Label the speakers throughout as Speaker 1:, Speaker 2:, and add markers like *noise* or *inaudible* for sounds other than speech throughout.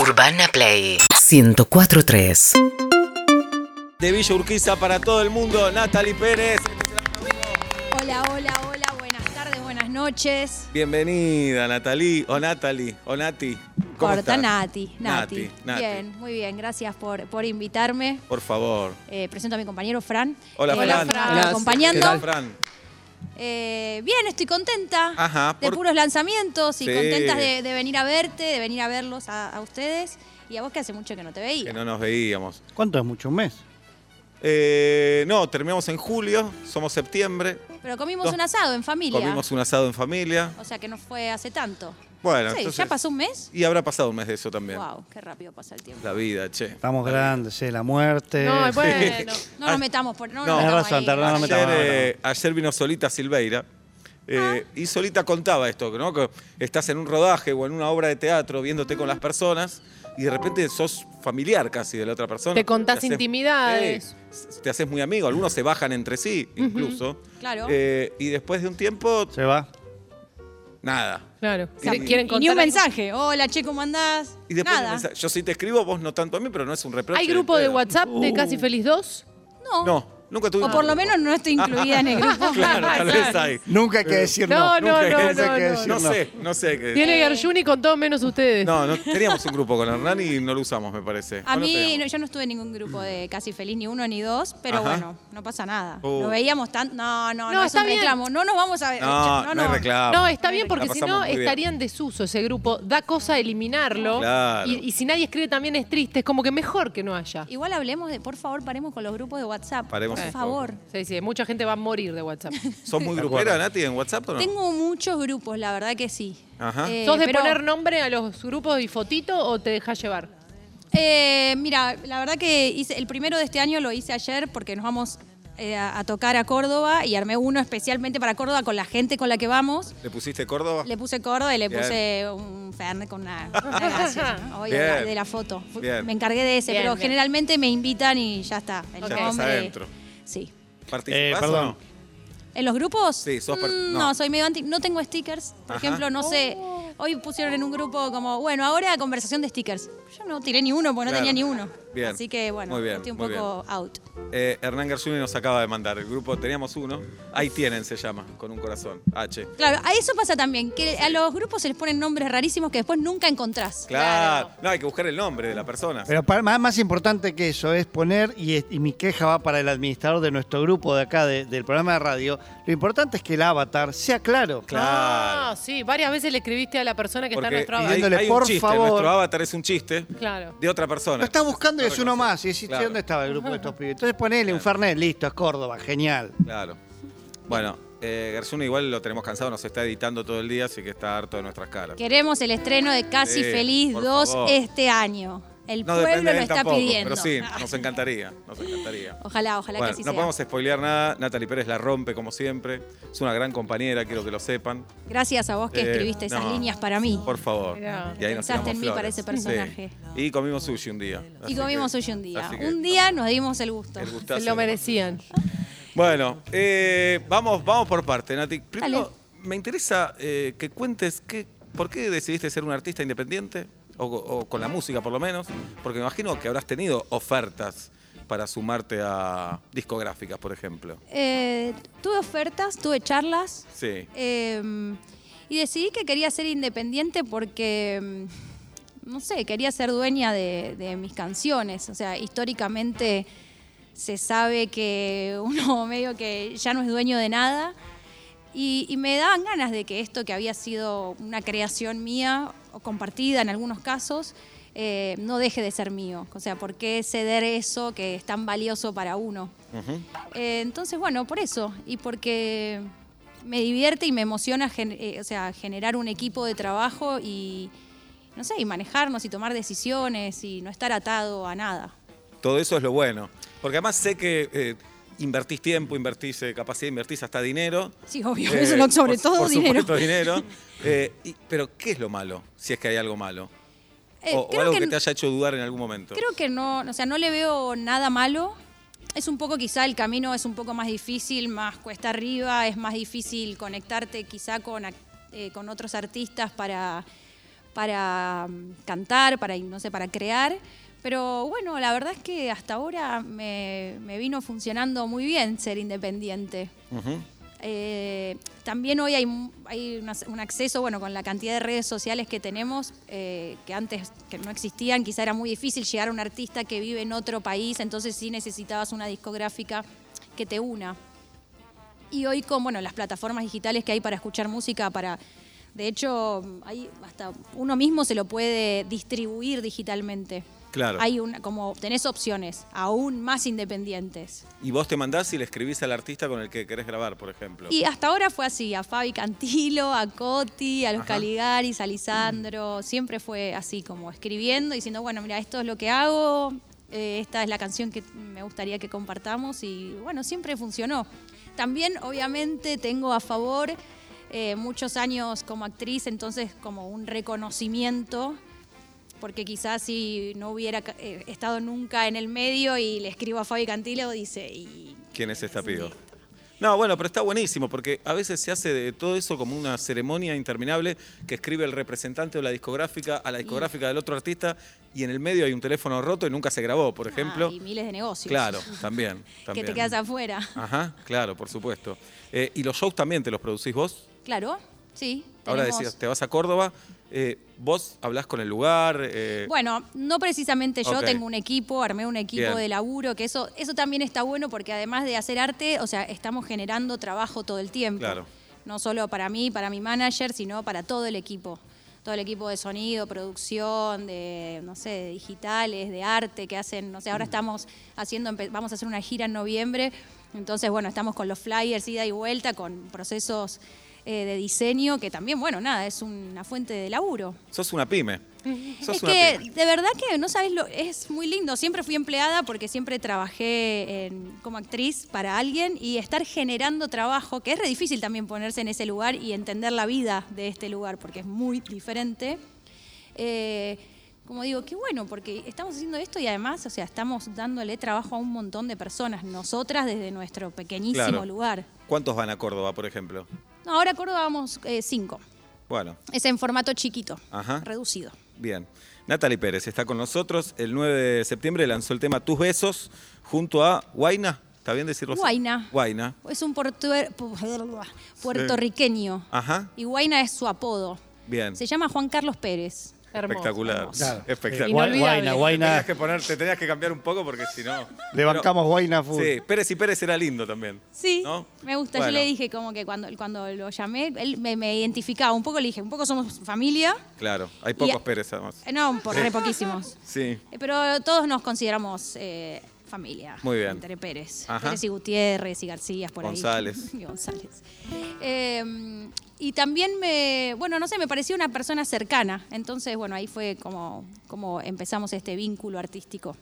Speaker 1: Urbana Play 1043.
Speaker 2: De Villa Urquiza para todo el mundo, Natalie Pérez.
Speaker 3: Hola, hola, hola, buenas tardes, buenas noches.
Speaker 2: Bienvenida, Natalie. O Natalie, o Nati. ¿Cómo
Speaker 3: Corta
Speaker 2: estás?
Speaker 3: Nati, Nati.
Speaker 2: Nati, Nati.
Speaker 3: Bien, muy bien, gracias por, por invitarme.
Speaker 2: Por favor.
Speaker 3: Eh, presento a mi compañero Fran.
Speaker 2: Hola,
Speaker 3: Eh,
Speaker 2: Fran.
Speaker 4: Hola.
Speaker 2: ¿Qué tal,
Speaker 3: Acompañando.
Speaker 2: Fran?
Speaker 3: Eh, bien, estoy contenta
Speaker 2: Ajá,
Speaker 3: de
Speaker 2: por-
Speaker 3: puros lanzamientos y
Speaker 2: Sí.
Speaker 3: contentas de, de venir a verte, de venir a verlos a, a ustedes y a vos que hace mucho que no te veía.
Speaker 2: Que no nos veíamos.
Speaker 4: ¿Cuánto es mucho? ¿Un mes?
Speaker 2: Eh, no, terminamos en julio, somos septiembre.
Speaker 3: Pero comimos
Speaker 2: No.
Speaker 3: un asado en familia.
Speaker 2: Comimos un asado en familia.
Speaker 3: O sea que no fue hace tanto.
Speaker 2: Bueno,
Speaker 3: sí,
Speaker 2: entonces-
Speaker 3: ya pasó un mes.
Speaker 2: Y habrá pasado un mes de eso también.
Speaker 3: Wow, qué rápido pasa el tiempo.
Speaker 2: La vida, che.
Speaker 4: Estamos
Speaker 2: La
Speaker 4: grandes, eh, la muerte.
Speaker 2: *laughs*
Speaker 5: No, bueno.
Speaker 3: No nos metamos por. No,
Speaker 2: Ah, No.
Speaker 3: nos metamos
Speaker 4: Tenés razón,
Speaker 3: ahí.
Speaker 4: tenés razón, no me
Speaker 2: ayer,
Speaker 4: metamos.
Speaker 2: eh, ayer vino Solita Silveira. eh, Y Solita contaba esto, ¿no? Que estás en un rodaje o en una obra de teatro viéndote con las personas y de repente sos familiar casi de la otra persona.
Speaker 5: Te contás
Speaker 2: haces-
Speaker 5: intimidades.
Speaker 2: Sí, te haces muy amigo, algunos se bajan entre sí incluso.
Speaker 3: Claro.
Speaker 2: Eh, y después de un tiempo,
Speaker 4: Se va.
Speaker 2: nada.
Speaker 5: Claro.
Speaker 2: Sí.
Speaker 5: ¿Quieren- ¿Quieren
Speaker 3: Y ni un
Speaker 5: contar-
Speaker 3: mensaje. Hola, che, ¿cómo andás?
Speaker 2: Y después
Speaker 3: Nada.
Speaker 2: mensaje- yo sí te escribo, vos no tanto a mí, pero no es un reproche.
Speaker 5: ¿Hay grupo de
Speaker 2: pedo.
Speaker 5: WhatsApp de
Speaker 2: Uh.
Speaker 5: Casi Feliz 2?
Speaker 3: No.
Speaker 2: No, nunca tuve
Speaker 3: O
Speaker 2: un
Speaker 3: por lo
Speaker 2: grupo.
Speaker 3: menos no estoy incluida en el grupo.
Speaker 2: *laughs*
Speaker 5: *laughs*
Speaker 2: Claro, tal vez hay.
Speaker 4: Nunca hay que decir
Speaker 5: No, no,
Speaker 2: nunca
Speaker 5: no,
Speaker 2: hay
Speaker 5: no.
Speaker 2: que
Speaker 5: no,
Speaker 2: No sé, no sé qué.
Speaker 5: Tiene Garjuni con todo menos ustedes.
Speaker 2: No, no, teníamos un grupo con Hernán y no lo usamos, me parece.
Speaker 3: A
Speaker 2: ¿O no
Speaker 3: mí,
Speaker 2: teníamos?
Speaker 3: no, yo no estuve en ningún grupo de casi feliz, ni uno ni dos, pero
Speaker 2: Ajá.
Speaker 3: bueno, no pasa nada.
Speaker 2: Uh.
Speaker 3: Lo veíamos tan. No, no, no,
Speaker 5: No,
Speaker 3: es
Speaker 5: está
Speaker 3: un
Speaker 5: bien.
Speaker 3: reclamo. No nos vamos a ver.
Speaker 2: No, no, es reclamo.
Speaker 5: No, está bien porque
Speaker 2: La
Speaker 5: si
Speaker 2: pasamos
Speaker 5: no
Speaker 2: muy bien.
Speaker 5: estaría en desuso ese grupo. Da cosa eliminarlo.
Speaker 2: Claro.
Speaker 5: Y, y si nadie escribe también es triste. Es como que mejor que no haya.
Speaker 3: Igual hablemos de, por favor, paremos con los grupos de WhatsApp.
Speaker 2: Paremos
Speaker 3: por
Speaker 2: un
Speaker 3: favor.
Speaker 5: Sí, sí, mucha gente va a morir de WhatsApp.
Speaker 2: ¿Sos muy grupera, Nati, en WhatsApp o no?
Speaker 3: Tengo muchos grupos, la verdad que sí.
Speaker 2: Ajá.
Speaker 3: *laughs* Eh,
Speaker 5: ¿Sos de
Speaker 3: pero-
Speaker 5: poner nombre a los grupos y fotito o te dejás llevar?
Speaker 3: Eh, mira, la verdad que hice, el primero de este año lo hice ayer porque nos vamos eh, a, a tocar a Córdoba y armé uno especialmente para Córdoba con la gente con la que vamos.
Speaker 2: ¿Le pusiste Córdoba?
Speaker 3: Le puse Córdoba y le
Speaker 2: Bien.
Speaker 3: puse un Fernet con
Speaker 2: *laughs*
Speaker 3: una, una gaseosa, ¿no? Hoy de
Speaker 2: Bien.
Speaker 3: la, de la foto. Fu-
Speaker 2: Bien.
Speaker 3: Me encargué de ese,
Speaker 5: Bien,
Speaker 3: pero
Speaker 5: bien.
Speaker 3: generalmente me invitan y ya está. El
Speaker 2: Ya estás
Speaker 3: nombre.
Speaker 2: adentro.
Speaker 3: Sí.
Speaker 2: ¿Participás
Speaker 4: Eh, perdón.
Speaker 2: o no?
Speaker 3: ¿En los grupos?
Speaker 2: Sí, sos per-
Speaker 3: Mm,
Speaker 2: no.
Speaker 3: no. soy medio anti. No tengo stickers. Por
Speaker 2: Ajá.
Speaker 3: ejemplo, no sé. Hoy pusieron en un grupo como, bueno, ahora conversación de stickers. Yo no tiré ni uno porque no
Speaker 2: Claro.
Speaker 3: tenía ni uno.
Speaker 2: Bien.
Speaker 3: Así que bueno,
Speaker 2: Muy bien,
Speaker 3: estoy un
Speaker 2: muy
Speaker 3: poco out.
Speaker 2: Eh, Hernán Garzuni nos acaba de mandar el grupo, teníamos uno. Ahí tienen, se llama, con un corazón. H.
Speaker 3: Claro, a eso pasa también, que a los grupos se les ponen nombres rarísimos que después nunca encontrás.
Speaker 2: Claro. No, hay que buscar el nombre de la persona.
Speaker 4: Pero para- más, más importante que eso es poner, y, es- y mi queja va para el administrador de nuestro grupo de acá, de- del programa de radio, lo importante es que el avatar sea claro.
Speaker 2: Claro.
Speaker 5: Ah, sí. Varias veces le escribiste a la persona que
Speaker 2: Porque
Speaker 5: está en nuestro
Speaker 2: hay,
Speaker 5: avatar.
Speaker 4: Diciéndole,
Speaker 2: hay un
Speaker 4: por
Speaker 2: chiste,
Speaker 4: favor.
Speaker 2: nuestro avatar es un chiste
Speaker 5: Claro.
Speaker 2: de otra persona.
Speaker 4: Lo estás buscando y es uno
Speaker 2: reconoce.
Speaker 4: más. Y decís,
Speaker 2: Claro.
Speaker 4: ¿dónde estaba el grupo de
Speaker 5: *laughs*
Speaker 4: estos pibes? Entonces ponele un Fernet, listo, es Córdoba, genial.
Speaker 2: Claro. Bueno, eh, Garzuni igual lo tenemos cansado, nos está editando todo el día, así que está harto de nuestras caras.
Speaker 3: Queremos el estreno de Casi
Speaker 2: Sí,
Speaker 3: Feliz
Speaker 2: por
Speaker 3: 2
Speaker 2: favor.
Speaker 3: este año. El
Speaker 2: No depende
Speaker 3: pueblo
Speaker 2: de
Speaker 3: lo
Speaker 2: él
Speaker 3: está
Speaker 2: tampoco,
Speaker 3: pidiendo.
Speaker 2: pero sí, nos encantaría, nos encantaría.
Speaker 3: Ojalá, ojalá
Speaker 2: Bueno,
Speaker 3: que así
Speaker 2: no
Speaker 3: sea.
Speaker 2: podemos spoilear nada. Natalie Pérez la rompe como siempre. Es una gran compañera, quiero que lo sepan.
Speaker 3: Gracias a vos que
Speaker 2: Eh,
Speaker 3: escribiste esas
Speaker 2: no,
Speaker 3: líneas para mí.
Speaker 2: Por favor.
Speaker 5: Mirá.
Speaker 2: Y ahí nos
Speaker 3: Pensaste
Speaker 2: tiramos
Speaker 3: en mí para
Speaker 2: flores.
Speaker 3: ese personaje.
Speaker 2: Sí. Y comimos sushi un día.
Speaker 3: Y
Speaker 2: así
Speaker 3: comimos
Speaker 2: que-
Speaker 3: hoy un día.
Speaker 2: así que-
Speaker 3: Un día nos dimos el gusto.
Speaker 2: El gustazo.
Speaker 5: Se lo merecían.
Speaker 2: Bueno, eh, vamos, vamos por parte, Nati. Primero,
Speaker 3: Dale.
Speaker 2: me interesa eh, que cuentes qué, por qué decidiste ser un artista independiente, o, o con la música por lo menos, porque me imagino que habrás tenido ofertas para sumarte a discográficas, por ejemplo.
Speaker 3: Eh, tuve ofertas, tuve charlas
Speaker 2: Sí.
Speaker 3: eh, y decidí que quería ser independiente porque, mm, no sé, quería ser dueña de, de mis canciones. O sea, históricamente se sabe que uno *laughs* medio que ya no es dueño de nada. Y, y me daban ganas de que esto que había sido una creación mía o compartida en algunos casos, eh, no deje de ser mío. O sea, ¿por qué ceder eso que es tan valioso para uno?
Speaker 2: Ujú.
Speaker 3: Eh, entonces, bueno, por eso. Y porque me divierte y me emociona gen- eh, o sea, generar un equipo de trabajo y, no sé, y manejarnos y tomar decisiones y no estar atado a nada.
Speaker 2: Todo eso es lo bueno. Porque además sé que eh, invertís tiempo, invertís eh, capacidad, invertís hasta dinero.
Speaker 3: Sí, obvio,
Speaker 2: Eh,
Speaker 3: eso no, sobre
Speaker 2: por-
Speaker 3: todo
Speaker 2: por
Speaker 3: dinero.
Speaker 2: supuesto,
Speaker 3: *laughs*
Speaker 2: dinero. Eh, y- pero, ¿qué es lo malo? Si es que hay algo malo.
Speaker 3: Eh,
Speaker 2: o, o
Speaker 3: creo
Speaker 2: algo que,
Speaker 3: que-
Speaker 2: te haya hecho dudar en algún momento.
Speaker 3: Creo que no, o sea, no le veo nada malo. Es un poco quizá el camino es un poco más difícil, más cuesta arriba, es más difícil conectarte quizá con, ac- eh, con otros artistas para, para mm, cantar, para, no sé, para crear. Pero bueno, la verdad es que hasta ahora me, me vino funcionando muy bien ser independiente.
Speaker 2: Ujú.
Speaker 3: Eh, también hoy hay, mu- hay un ac- un acceso, bueno, con la cantidad de redes sociales que tenemos, eh, que antes que no existían, quizá era muy difícil llegar a un artista que vive en otro país, entonces sí necesitabas una discográfica que te una. Y hoy con bueno, las plataformas digitales que hay para escuchar música, para. De hecho, hay hasta uno mismo se lo puede distribuir digitalmente.
Speaker 2: Claro.
Speaker 3: Hay una, como tenés opciones aún más independientes.
Speaker 2: Y vos te mandás y le escribís al artista con el que querés grabar, por ejemplo.
Speaker 3: Y hasta ahora fue así, a Fabi Cantilo, a Coti, a los
Speaker 2: Ajá.
Speaker 3: Caligaris, a Lisandro, siempre fue así, como escribiendo, diciendo, bueno, mira, esto es lo que hago, eh, esta es la canción que me gustaría que compartamos y bueno, siempre funcionó. También, obviamente, tengo a favor eh, muchos años como actriz, entonces como un reconocimiento porque quizás si no hubiera ca- eh, estado nunca en el medio y le escribo a Fabi Cantilo, dice... Y,
Speaker 2: ¿Quién es esta
Speaker 3: Sí.
Speaker 2: piba? No, bueno, pero está buenísimo porque a veces se hace de todo eso como una ceremonia interminable que escribe el representante o la discográfica a la discográfica del otro artista y en el medio hay un teléfono roto y nunca se grabó, por ejemplo.
Speaker 3: Ah, y miles de negocios. *laughs*
Speaker 2: Claro, también,
Speaker 3: Que
Speaker 2: también. Ah.
Speaker 3: te quedas afuera.
Speaker 2: Ajá, claro, por supuesto. Eh, ¿Y los shows también te los producís vos?
Speaker 3: Claro, sí.
Speaker 2: Ahora
Speaker 3: tenemos-
Speaker 2: decías, te vas a Córdoba, eh, vos hablás con el lugar. eh,
Speaker 3: Bueno, no precisamente yo,
Speaker 2: Ok.
Speaker 3: tengo un equipo, armé un equipo
Speaker 2: Bien.
Speaker 3: de laburo, que eso, eso también está bueno porque además de hacer arte, o sea, estamos generando trabajo todo el tiempo.
Speaker 2: Claro.
Speaker 3: No solo para mí, para mi manager, sino para todo el equipo. Todo el equipo de sonido, producción, de, no sé, de digitales, de arte que hacen, no sé,
Speaker 2: Mm.
Speaker 3: ahora estamos haciendo, empe- vamos a hacer una gira en noviembre, entonces, bueno, estamos con los flyers, ida y vuelta, con procesos eh, de diseño, que también, bueno, nada, es una fuente de laburo.
Speaker 2: Sos una
Speaker 3: *laughs*
Speaker 2: pyme. Sos
Speaker 3: Es
Speaker 2: una
Speaker 3: que
Speaker 2: pyme.
Speaker 3: de verdad que no sabes lo es muy lindo. Siempre fui empleada porque siempre trabajé en- como actriz para alguien y estar generando trabajo, que es re difícil también ponerse en ese lugar y entender la vida de este lugar porque es muy diferente. Eh, como digo, qué bueno porque estamos haciendo esto y además, o sea, estamos dándole trabajo a un montón de personas, nosotras desde nuestro pequeñísimo
Speaker 2: Claro.
Speaker 3: lugar.
Speaker 2: ¿Cuántos van a Córdoba, por ejemplo?
Speaker 3: No, ahora a Córdoba vamos eh, cinco.
Speaker 2: Bueno,
Speaker 3: Es en formato chiquito,
Speaker 2: Ajá.
Speaker 3: reducido.
Speaker 2: Bien. Natalie Pérez está con nosotros. El 9 de septiembre lanzó el tema Tus Besos junto a Guaina. ¿Está bien decirlo así?
Speaker 3: Guaina.
Speaker 2: Guaina.
Speaker 3: Es un portuer- pu- puertorriqueño.
Speaker 2: Ajá.
Speaker 3: Y Guaina es su apodo.
Speaker 2: Bien.
Speaker 3: Se llama Juan Carlos Pérez.
Speaker 5: Hermoso,
Speaker 2: Espectacular.
Speaker 5: hermoso.
Speaker 4: Claro.
Speaker 2: Espectacular.
Speaker 4: Eh, Guaina,
Speaker 5: Inolvidable.
Speaker 4: Guaina.
Speaker 2: *laughs* Tenías que poner, te tenías que cambiar un poco porque si no.
Speaker 4: Le bancamos Guaina Full.
Speaker 2: Sí, Pérez y Pérez era lindo también.
Speaker 3: Sí,
Speaker 2: ¿no?
Speaker 3: me gusta.
Speaker 2: Bueno,
Speaker 3: Yo le dije como que cuando, cuando lo llamé, él me, me identificaba. Un poco le dije, un poco somos familia.
Speaker 2: Claro, hay pocos
Speaker 3: Y-
Speaker 2: Pérez además.
Speaker 3: Eh, No, por re poquísimos.
Speaker 2: Sí.
Speaker 3: Eh, Pero todos nos consideramos eh, familia.
Speaker 2: Muy bien.
Speaker 3: Entre Pérez.
Speaker 2: Ajá.
Speaker 3: Pérez y Gutiérrez y García, por
Speaker 2: González.
Speaker 3: ahí. *laughs* Y González. Eh, y también me, bueno, no sé, me parecía una persona cercana. Entonces, bueno, ahí fue como, como empezamos este vínculo artístico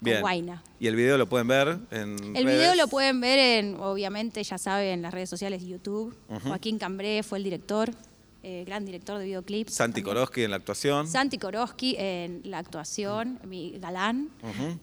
Speaker 2: Bien.
Speaker 3: con Guaina.
Speaker 2: Y el video lo pueden ver en.
Speaker 3: El video
Speaker 2: redes.
Speaker 3: lo pueden ver en, obviamente, ya saben, en las redes sociales de YouTube. Joaquín Cambré fue el director, eh, gran director de videoclips.
Speaker 2: Santi
Speaker 3: también.
Speaker 2: Koroski en la actuación.
Speaker 3: Santi Koroski en la actuación, mi galán.
Speaker 2: Ujú.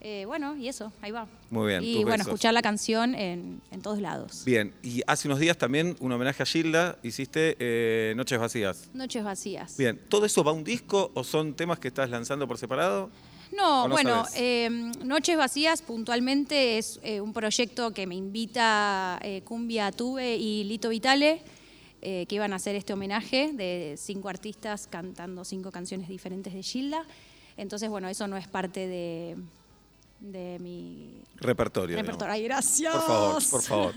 Speaker 3: Eh, bueno, y eso, ahí va.
Speaker 2: Muy bien,
Speaker 3: Y
Speaker 2: tus
Speaker 3: bueno,
Speaker 2: besos.
Speaker 3: escuchar la canción en, en todos lados.
Speaker 2: Bien, y hace unos días también un homenaje a Gilda hiciste eh, Noches Vacías.
Speaker 3: Noches vacías.
Speaker 2: Bien, ¿todo eso va a un disco o son temas que estás lanzando por separado?
Speaker 3: No,
Speaker 2: ¿O no
Speaker 3: bueno,
Speaker 2: sabés?
Speaker 3: eh, Noches Vacías puntualmente es eh, un proyecto que me invita eh, Cumbia Tuve y Lito Vitale, eh, que iban a hacer este homenaje de cinco artistas cantando cinco canciones diferentes de Gilda. Entonces, bueno, eso no es parte de, de mi
Speaker 2: Repertorio. digamos.
Speaker 3: repertorio. Ay, gracias.
Speaker 2: Por favor, por favor.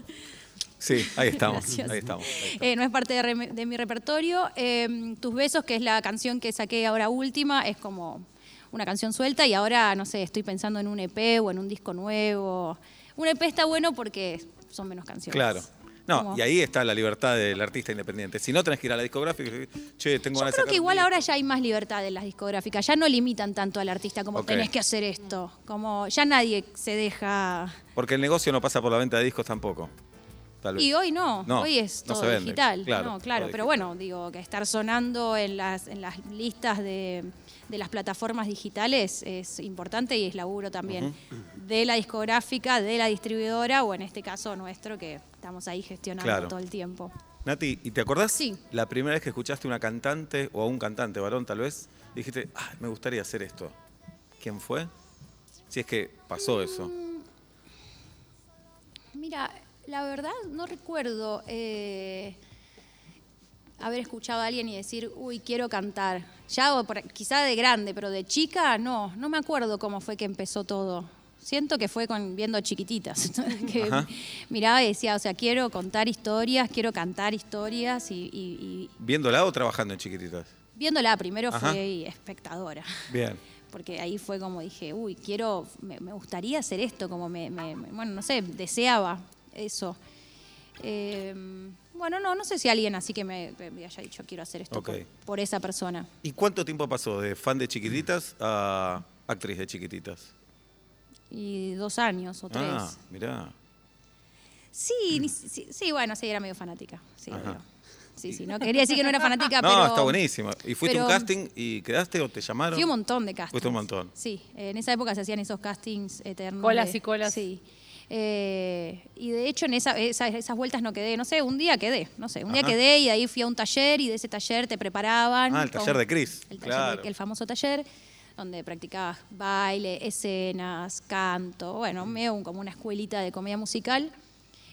Speaker 2: Sí, ahí estamos,
Speaker 3: *laughs* Gracias.
Speaker 2: ahí estamos. ahí estamos.
Speaker 3: Eh, no es parte de, re- de mi repertorio. Eh, Tus besos, que es la canción que saqué ahora última, es como una canción suelta y ahora, no sé, estoy pensando en un EP o en un disco nuevo. Un EP está bueno porque son menos canciones.
Speaker 2: Claro. No,
Speaker 3: Como-
Speaker 2: y ahí está la libertad del artista independiente. Si no, tenés que ir a la discográfica y decir, che, tengo
Speaker 3: Yo
Speaker 2: ganas de
Speaker 3: creo
Speaker 2: sacar
Speaker 3: que
Speaker 2: un
Speaker 3: igual
Speaker 2: disco".
Speaker 3: ahora ya hay más libertad en las discográficas, ya no limitan tanto al artista como
Speaker 2: Ok.
Speaker 3: tenés que hacer esto, como ya nadie se deja...
Speaker 2: Porque el negocio no pasa por la venta de discos tampoco. Tal vez.
Speaker 3: Y hoy no,
Speaker 2: No,
Speaker 3: hoy es
Speaker 2: no
Speaker 3: todo
Speaker 2: se vende,
Speaker 3: digital.
Speaker 2: claro,
Speaker 3: no, claro,
Speaker 2: todo
Speaker 3: pero bueno, digo que estar sonando en las, en las listas de, de las plataformas digitales es importante y es laburo también de la discográfica, de la distribuidora o en este caso nuestro que estamos ahí gestionando
Speaker 2: Claro.
Speaker 3: todo el tiempo.
Speaker 2: Nati, ¿y te acordás?
Speaker 3: Sí.
Speaker 2: La primera vez que escuchaste a una cantante o a un cantante varón, tal vez, dijiste, ah, me gustaría hacer esto. ¿Quién fue? Si es que pasó eso.
Speaker 3: Mira, la verdad no recuerdo eh, haber escuchado a alguien y decir, uy, quiero cantar. Ya o por- quizá de grande, pero de chica no, no me acuerdo cómo fue que empezó todo. Siento que fue con, viendo chiquititas, *laughs* que
Speaker 2: Ajá.
Speaker 3: miraba y decía, o sea, quiero contar historias, quiero cantar historias y, y- y
Speaker 2: ¿Viéndola o trabajando en chiquititas?
Speaker 3: viéndola primero
Speaker 2: Ajá.
Speaker 3: fui espectadora.
Speaker 2: Bien.
Speaker 3: Porque ahí fue como dije, uy, quiero, me, me gustaría hacer esto, como me, me- me- bueno, no sé, deseaba eso. Eh, bueno, no, no sé si alguien así que me, que me haya dicho, quiero hacer esto
Speaker 2: Ok.
Speaker 3: por, por esa persona.
Speaker 2: ¿Y cuánto tiempo pasó de fan de chiquititas a actriz de chiquititas?
Speaker 3: Y dos años o tres.
Speaker 2: Ah, mirá.
Speaker 3: Sí, ni- sí, sí, bueno, sí, era medio fanática. Sí,
Speaker 2: Ajá.
Speaker 3: obvio. sí, sí, no quería decir que no era
Speaker 2: *laughs*
Speaker 3: fanática,
Speaker 2: No,
Speaker 3: pero...
Speaker 2: está buenísimo. ¿Y fuiste a un
Speaker 3: pero-
Speaker 2: casting y quedaste o te llamaron?
Speaker 3: Fui a un montón de castings.
Speaker 2: Fuiste a un montón.
Speaker 3: Sí, en esa época se hacían esos castings eternos.
Speaker 5: Colas
Speaker 3: de-
Speaker 5: y colas.
Speaker 3: Sí. Eh, y de hecho en esa- esa- esas vueltas no quedé, no sé, un día quedé, no sé, un día
Speaker 2: Ajá.
Speaker 3: quedé y de ahí fui a un taller y de ese taller te preparaban.
Speaker 2: Ah, el taller de Cris,
Speaker 3: El, taller de-
Speaker 2: claro.
Speaker 3: el famoso taller donde practicabas baile, escenas, canto, bueno, medio un- como una escuelita de comedia musical.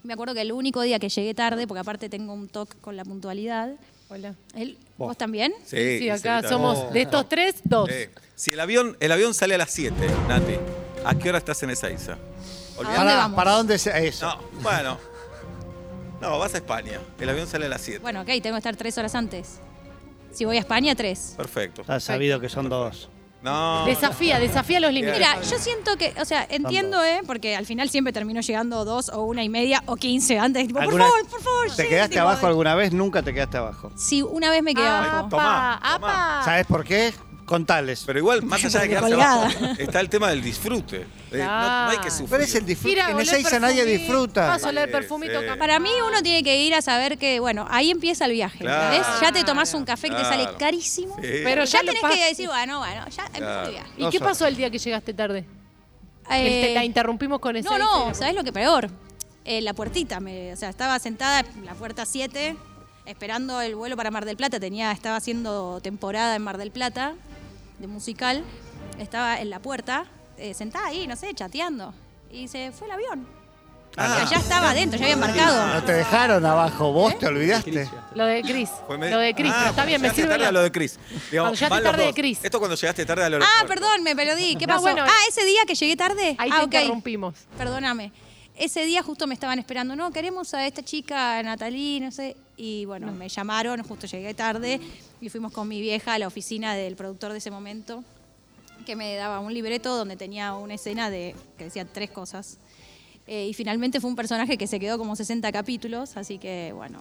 Speaker 3: Y me acuerdo que el único día que llegué tarde, porque aparte tengo un toque con la puntualidad,
Speaker 5: Hola.
Speaker 3: el-
Speaker 4: Vos.
Speaker 3: ¿vos también?
Speaker 5: Sí, acá
Speaker 2: Iselita.
Speaker 5: somos
Speaker 4: Oh.
Speaker 5: de estos tres, dos.
Speaker 2: Eh, si el avión, el avión sale a las 7, Nati, ¿a qué hora estás en Ezeiza?
Speaker 3: ¿A
Speaker 2: Olvidate.
Speaker 3: dónde
Speaker 4: para,
Speaker 3: vamos?
Speaker 4: ¿Para dónde se, eso?
Speaker 2: No, bueno. No, vas a España. El avión sale a las 7.
Speaker 3: Bueno, ok, tengo que estar tres horas antes. Si voy a España, tres.
Speaker 2: Perfecto.
Speaker 5: Ah.
Speaker 4: Has sabido que son dos.
Speaker 2: No.
Speaker 5: Desafía, desafía los límites.
Speaker 3: Mira, yo siento que, o sea, entiendo, ¿eh? Porque al final siempre termino llegando dos o una y media o quince antes. Tipo, por
Speaker 4: ¿Alguna-
Speaker 3: favor, por favor.
Speaker 4: ¿Te
Speaker 3: sí,
Speaker 4: quedaste
Speaker 3: tipo,
Speaker 4: abajo alguna vez? Nunca te quedaste abajo.
Speaker 3: Sí, una vez me quedé
Speaker 5: Apa,
Speaker 3: abajo.
Speaker 2: Tomá, tomá.
Speaker 3: Ah.
Speaker 5: apa.
Speaker 4: ¿Sabes por qué? Contales.
Speaker 2: Pero igual, más allá de
Speaker 3: Porque
Speaker 2: quedarse
Speaker 3: colgada.
Speaker 2: abajo, está el tema del disfrute. Eh, no- no, hay que
Speaker 5: Claro.
Speaker 2: sufrir.
Speaker 4: Pero es el disfrute.
Speaker 5: Mira,
Speaker 4: en
Speaker 5: olor
Speaker 4: Ezeiza nadie
Speaker 5: perfumito,
Speaker 4: disfruta.
Speaker 5: Vas a oler
Speaker 2: Sí,
Speaker 5: perfumito.
Speaker 2: sí.
Speaker 5: capaz.
Speaker 3: Para mí uno tiene que ir a saber que, bueno, ahí empieza el viaje.
Speaker 2: Claro.
Speaker 3: ¿Ves? Ya te tomás un café que te sale
Speaker 2: Claro.
Speaker 3: carísimo.
Speaker 2: Sí.
Speaker 5: Pero
Speaker 3: Ya
Speaker 5: ya lo
Speaker 3: tenés
Speaker 5: pas-
Speaker 3: que decir, bueno, bueno, ya empieza
Speaker 2: Claro.
Speaker 3: el viaje.
Speaker 5: ¿Y
Speaker 4: Dos
Speaker 5: qué
Speaker 4: horas.
Speaker 5: pasó el día que llegaste tarde? Que te-
Speaker 3: Eh,
Speaker 5: la interrumpimos con ese.
Speaker 3: No, no, ¿sabes lo que peor? Eh, la puertita, me- o sea, estaba sentada en la puerta 7, esperando el vuelo para Mar del Plata, tenía, estaba haciendo temporada en Mar del Plata, de musical, estaba en la puerta, eh, sentada ahí, no sé, chateando, y se fue el avión. O sea, ya estaba adentro, ya había
Speaker 4: No
Speaker 3: embarcado.
Speaker 4: Ah, te dejaron abajo,
Speaker 3: ¿Eh?
Speaker 4: vos te olvidaste.
Speaker 5: Lo de Cris.
Speaker 2: Fue medio-
Speaker 5: Lo de Cris.
Speaker 2: Ah,
Speaker 5: pero está
Speaker 2: cuando
Speaker 5: bien, me
Speaker 2: llegaste
Speaker 5: sirve.
Speaker 2: tarde
Speaker 5: la-
Speaker 2: a lo de Cris.
Speaker 5: Cuando llegaste
Speaker 2: van los
Speaker 5: tarde de
Speaker 2: dos.
Speaker 5: Cris.
Speaker 2: Esto cuando llegaste tarde al
Speaker 3: Ah,
Speaker 2: aeropuerto.
Speaker 3: perdón, me perdí, ¿qué
Speaker 5: No,
Speaker 3: pasó?
Speaker 5: bueno,
Speaker 3: ah, ese día que llegué tarde.
Speaker 5: Ahí
Speaker 3: ah,
Speaker 5: te
Speaker 3: ok.
Speaker 5: interrumpimos.
Speaker 3: Perdóname. Ese día justo me estaban esperando, no, queremos a esta chica, a Natalie, no sé. Y bueno, me llamaron, justo llegué tarde y fuimos con mi vieja a la oficina del productor de ese momento, que me daba un libreto donde tenía una escena de que decía tres cosas. Eh, y finalmente fue un personaje que se quedó como 60 capítulos, así que bueno,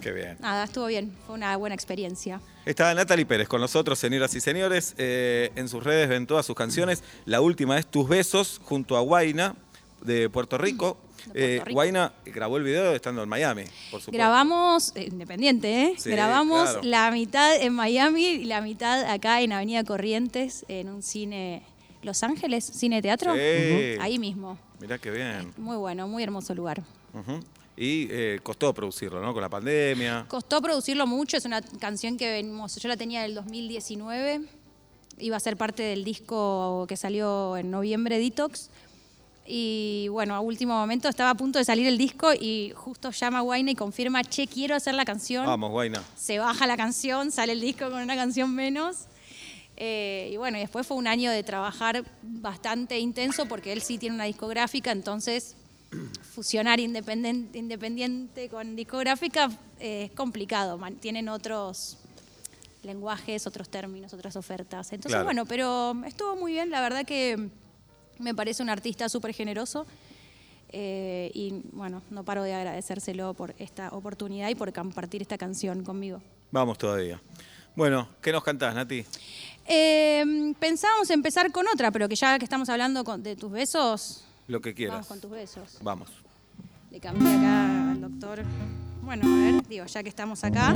Speaker 2: Qué bien.
Speaker 3: nada, estuvo bien, fue una buena experiencia.
Speaker 2: Está Natalie Pérez con nosotros, señoras y señores. Eh, en sus redes ven todas sus canciones. La última es Tus Besos junto a Guaina de Puerto
Speaker 5: Mm,
Speaker 2: Rico.
Speaker 3: De Puerto
Speaker 2: Eh,
Speaker 3: Rico.
Speaker 2: Guaina grabó el video estando en Miami, por supuesto.
Speaker 3: Grabamos, eh, independiente, ¿eh?
Speaker 2: Sí,
Speaker 3: Grabamos
Speaker 2: claro.
Speaker 3: la mitad en Miami y la mitad acá en Avenida Corrientes, en un cine Los Ángeles, cine teatro.
Speaker 2: Sí.
Speaker 3: Ujú. Ahí mismo.
Speaker 2: Mirá qué bien.
Speaker 3: Muy bueno, muy hermoso lugar.
Speaker 2: Ujú. Y eh, costó producirlo, ¿no? Con la pandemia.
Speaker 3: Costó producirlo mucho, es una canción que venimos, yo la tenía del 2019, iba a ser parte del disco que salió en noviembre, Detox. Y bueno, a último momento estaba a punto de salir el disco y justo llama Wayne y confirma, che, quiero hacer la canción.
Speaker 2: Vamos, Guaina.
Speaker 3: se baja la canción, sale el disco con una canción menos. Eh, y bueno, y después fue un año de trabajar bastante intenso porque él sí tiene una discográfica, entonces *clears throat* fusionar independiente, independiente con discográfica eh, es complicado, man- tienen otros lenguajes, otros términos, otras ofertas. Entonces,
Speaker 2: Claro.
Speaker 3: bueno, pero estuvo muy bien, la verdad que me parece un artista súper generoso. Eh, y bueno, no paro de agradecérselo por esta oportunidad y por compartir esta canción conmigo.
Speaker 2: Vamos todavía. Bueno, ¿qué nos cantás, Nati?
Speaker 3: Eh, pensábamos empezar con otra, pero que ya que estamos hablando con- de tus besos,
Speaker 2: Lo que
Speaker 3: vamos
Speaker 2: quieras.
Speaker 3: con tus besos.
Speaker 2: Vamos.
Speaker 3: Le cambié acá al doctor. Bueno, a ver, digo, ya que estamos acá.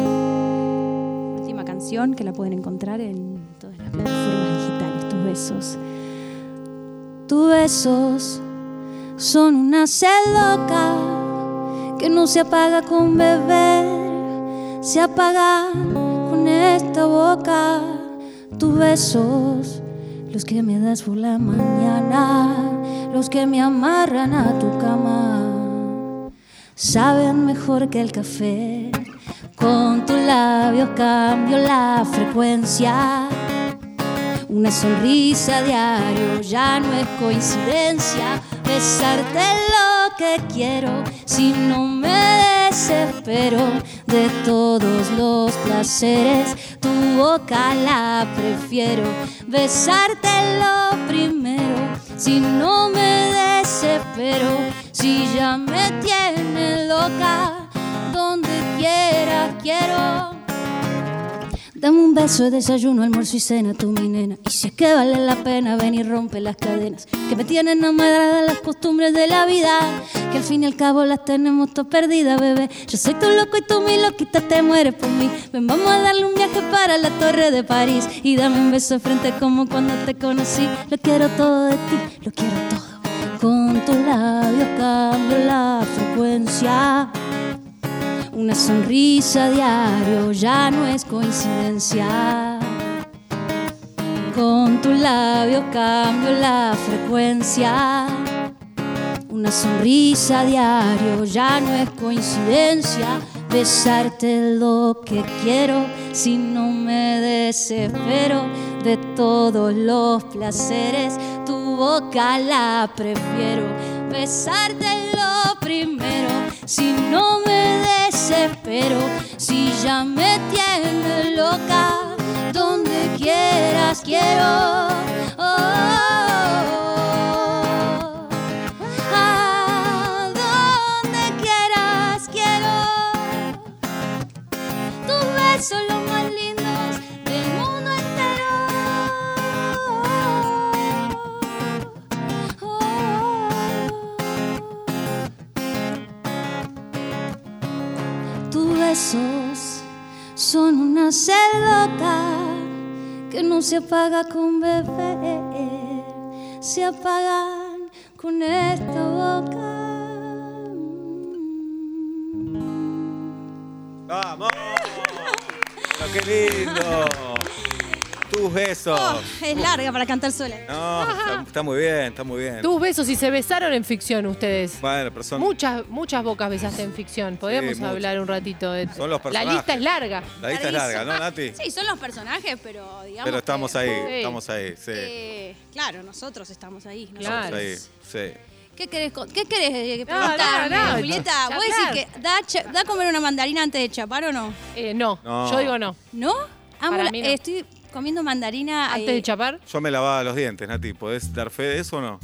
Speaker 3: Última canción que la pueden encontrar en todas las plataformas digitales, tus besos. Tus besos son una sed loca
Speaker 6: que no se apaga con beber, se apaga con esta boca. Tus besos, los que me das por la mañana, los que me amarran a tu cama, saben mejor que el café. Con tus labios cambio la frecuencia. Una sonrisa a diario ya no es coincidencia. Besarte lo que quiero, si no me desespero de todos los placeres. Tu boca la prefiero. Besarte lo primero, si no me desespero. Si ya me tiene loca, donde quiera quiero. Dame un beso, desayuno, almuerzo y cena, tú mi nena. Y si es que vale la pena, ven y rompe las cadenas. Que me tienen amarrada las costumbres de la vida. Que al fin y al cabo las tenemos todas perdidas, bebé. Yo soy tu loco y tú mi loquita, te mueres por mí. Ven, vamos a darle un viaje para la Torre de París. Y dame un beso de frente como cuando te conocí. Lo quiero todo de ti, lo quiero todo. Con tus labios cambio la frecuencia. Una sonrisa a diario ya no es coincidencia. Con tus labios cambio la frecuencia. Una sonrisa a diario ya no es coincidencia. Besarte lo que quiero si no me desespero de todos los placeres. Tu boca la prefiero. Besarte lo primero si no me desespero, si ya me tienes loca, donde quieras quiero. Oh, oh, oh. A donde quieras quiero. Tus besos los más lindos del mundo Oh, entero. Oh. Tus besos son una celota que no se apaga con beber, se apagan con esta boca.
Speaker 2: ¡Vamos! Pero ¡Qué lindo! Tus besos.
Speaker 3: Oh, es larga para cantar sola.
Speaker 2: No, está, está muy bien, está muy bien.
Speaker 5: Tus besos y se besaron en ficción ustedes.
Speaker 2: Bueno, pero son,
Speaker 5: Muchas, muchas bocas besaste en ficción. Podemos
Speaker 2: muchas.
Speaker 5: hablar un ratito de
Speaker 2: son los
Speaker 5: La
Speaker 2: personajes.
Speaker 5: lista es larga.
Speaker 2: La lista es larga, ¿no, Nati?
Speaker 3: Sí, son los personajes, pero digamos.
Speaker 2: Pero estamos
Speaker 3: que-
Speaker 2: ahí,
Speaker 5: Sí.
Speaker 2: estamos ahí, sí.
Speaker 3: que- claro, nosotros estamos ahí. nosotros.
Speaker 5: Claro.
Speaker 2: Estamos ahí, sí.
Speaker 3: ¿Qué querés, con- qué querés eh,
Speaker 5: No, no,
Speaker 3: preguntarme,
Speaker 5: no,
Speaker 3: Julieta?
Speaker 5: ya,
Speaker 3: ¿Vos
Speaker 5: claro.
Speaker 3: decís que da, cha- da comer una mandarina antes de chapar o no?
Speaker 5: Eh, no,
Speaker 2: No.
Speaker 5: yo digo no.
Speaker 3: ¿No? Amo
Speaker 5: Para
Speaker 3: la-
Speaker 5: mí no.
Speaker 3: eh, estoy comiendo mandarina.
Speaker 5: Antes de
Speaker 3: eh,
Speaker 5: chapar.
Speaker 2: Yo me lavaba los dientes, Nati. ¿Podés dar fe de eso o no?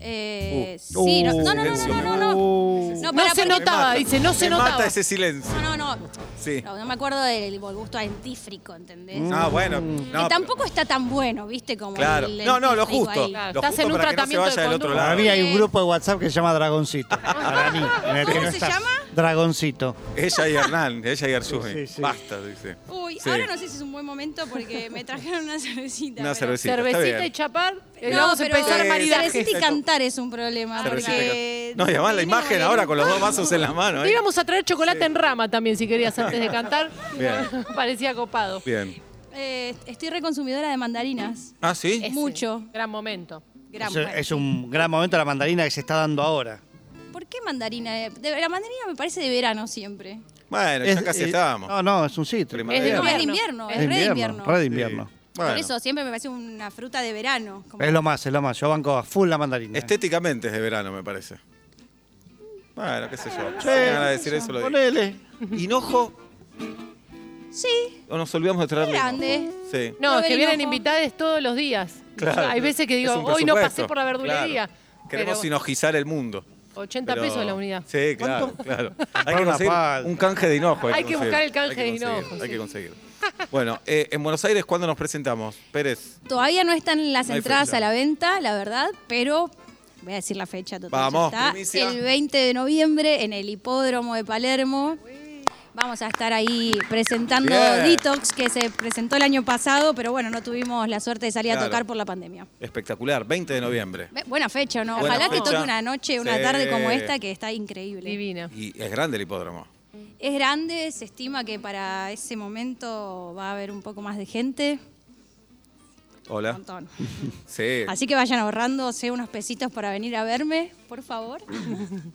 Speaker 3: eh,
Speaker 4: Uh.
Speaker 3: sí, no, no, no, no,
Speaker 2: Silencio,
Speaker 3: no, no,
Speaker 2: me
Speaker 3: no.
Speaker 4: Uh.
Speaker 3: No,
Speaker 5: No
Speaker 3: pará,
Speaker 5: se
Speaker 3: porque-
Speaker 5: nota. Notaba,
Speaker 2: Me mata.
Speaker 5: dice, no se
Speaker 2: Me
Speaker 5: notaba.
Speaker 2: mata ese silencio.
Speaker 3: No, no, no.
Speaker 2: Sí.
Speaker 3: No, no me acuerdo del gusto antífrico, ¿entendés?
Speaker 5: Mm.
Speaker 2: Ah, bueno. No,
Speaker 3: que tampoco está tan bueno, ¿viste? Como
Speaker 2: Claro.
Speaker 3: el
Speaker 2: No, no, lo
Speaker 3: antífrico
Speaker 2: justo.
Speaker 3: ahí.
Speaker 5: Claro,
Speaker 2: Lo
Speaker 5: estás
Speaker 2: justo
Speaker 5: en un
Speaker 2: para que no se
Speaker 5: tratamiento de
Speaker 2: vaya del otro
Speaker 5: conducta.
Speaker 4: Para
Speaker 2: lado.
Speaker 4: mí hay un grupo de WhatsApp que se llama Dragoncito. Para
Speaker 3: *laughs*
Speaker 4: mí. en el que
Speaker 3: ¿Cómo
Speaker 4: no
Speaker 3: se
Speaker 4: estás.
Speaker 3: llama?
Speaker 4: Dragoncito.
Speaker 2: Ella y Hernán, ella y Arzumi.
Speaker 4: Sí, sí.
Speaker 2: Basta, dice.
Speaker 3: Uy,
Speaker 2: Sí.
Speaker 3: ahora no sé si es un buen momento porque me trajeron una cervecita.
Speaker 2: Una
Speaker 3: pero-
Speaker 2: cervecita. está
Speaker 5: Cervecita
Speaker 2: bien. Este,
Speaker 5: y chapar. eh,
Speaker 3: No,
Speaker 5: vamos a
Speaker 3: pero
Speaker 5: empezar
Speaker 2: Sí,
Speaker 5: maridajes.
Speaker 3: cervecita y cantar es un problema.
Speaker 2: Cervecita
Speaker 3: Porque
Speaker 2: y
Speaker 5: eh,
Speaker 2: ca- No, y además la
Speaker 3: tiene
Speaker 2: imagen
Speaker 3: varios-
Speaker 2: ahora con los dos vasos en la mano.
Speaker 5: Te
Speaker 2: ¿eh?
Speaker 5: íbamos a traer chocolate en rama también, si querías,
Speaker 2: *laughs*
Speaker 5: antes de cantar. *laughs*
Speaker 2: Bien.
Speaker 5: Parecía copado.
Speaker 2: Bien.
Speaker 3: Eh, estoy reconsumidora de mandarinas.
Speaker 2: Ah, sí.
Speaker 5: Ese,
Speaker 3: Mucho.
Speaker 5: Gran momento.
Speaker 3: Gran
Speaker 4: Es, un-
Speaker 3: parte.
Speaker 4: es un gran momento la mandarina que se está dando ahora.
Speaker 3: ¿Por qué mandarina? Eh, de- la mandarina me parece de verano siempre.
Speaker 2: Bueno, ya
Speaker 4: Es-
Speaker 2: casi
Speaker 4: eh,
Speaker 2: estábamos.
Speaker 4: No, no, es un sitio.
Speaker 2: Primavera.
Speaker 5: Es de
Speaker 3: No, es de
Speaker 5: invierno.
Speaker 3: invierno.
Speaker 5: Es
Speaker 3: Es re de invierno.
Speaker 4: re de invierno.
Speaker 2: Sí. Bueno,
Speaker 3: Por eso siempre me parece una fruta de verano. como-
Speaker 4: Es lo más, es lo más. Yo banco a full la mandarina.
Speaker 2: Estéticamente es de verano, me parece. Bueno, qué sé yo. Si me van a decir eso, lo digo.
Speaker 4: Ponele.
Speaker 2: Hinojo,
Speaker 3: Sí,
Speaker 2: o nos olvidamos de traerlo.
Speaker 3: grande.
Speaker 2: Sí.
Speaker 5: No,
Speaker 3: No,
Speaker 5: es que vienen
Speaker 3: Berinojo.
Speaker 5: invitadas todos los días.
Speaker 2: Claro.
Speaker 5: Hay veces que digo,
Speaker 2: Es un
Speaker 5: hoy no pasé
Speaker 2: presupuesto.
Speaker 5: por la verdulería.
Speaker 2: Claro. Queremos
Speaker 5: Pero
Speaker 2: hinojizar el mundo.
Speaker 5: 80
Speaker 2: Pero-
Speaker 5: pesos la unidad.
Speaker 2: Sí, claro,
Speaker 5: *laughs*
Speaker 2: claro. Hay
Speaker 4: Comprar
Speaker 2: que
Speaker 4: una
Speaker 2: conseguir
Speaker 4: palta.
Speaker 2: un canje de hinojo.
Speaker 5: Hay que
Speaker 2: conseguir.
Speaker 5: buscar el canje
Speaker 2: Hay que
Speaker 5: de
Speaker 2: conseguir,
Speaker 5: hinojo,
Speaker 2: Hay
Speaker 5: sí.
Speaker 2: que conseguir.
Speaker 5: *laughs*
Speaker 2: Bueno, eh, en Buenos Aires, ¿cuándo nos presentamos? Pérez,
Speaker 3: Todavía no están las
Speaker 2: No hay
Speaker 3: entradas
Speaker 2: fecha.
Speaker 3: a la venta, la verdad, pero voy a decir la fecha total. ya
Speaker 2: Vamos,
Speaker 3: está.
Speaker 2: primicia.
Speaker 3: El 20 de noviembre en el hipódromo de Palermo. Vamos a estar ahí presentando
Speaker 2: Bien.
Speaker 3: Detox, que se presentó el año pasado, pero bueno, no tuvimos la suerte de salir a
Speaker 2: Claro.
Speaker 3: tocar por la pandemia.
Speaker 2: Espectacular, 20 de noviembre.
Speaker 3: Be- Buena fecha, ¿no?
Speaker 2: Buena
Speaker 3: Ojalá que
Speaker 2: fecha.
Speaker 3: toque una noche, una
Speaker 2: Sí.
Speaker 3: tarde como esta, que está increíble.
Speaker 5: Divina.
Speaker 2: Y es grande el hipódromo.
Speaker 3: Es grande, se estima que para ese momento va a haber un poco más de gente. Un
Speaker 2: Hola.
Speaker 3: montón.
Speaker 2: Sí.
Speaker 3: Así que vayan ahorrándose unos pesitos para venir a verme, por favor. *laughs*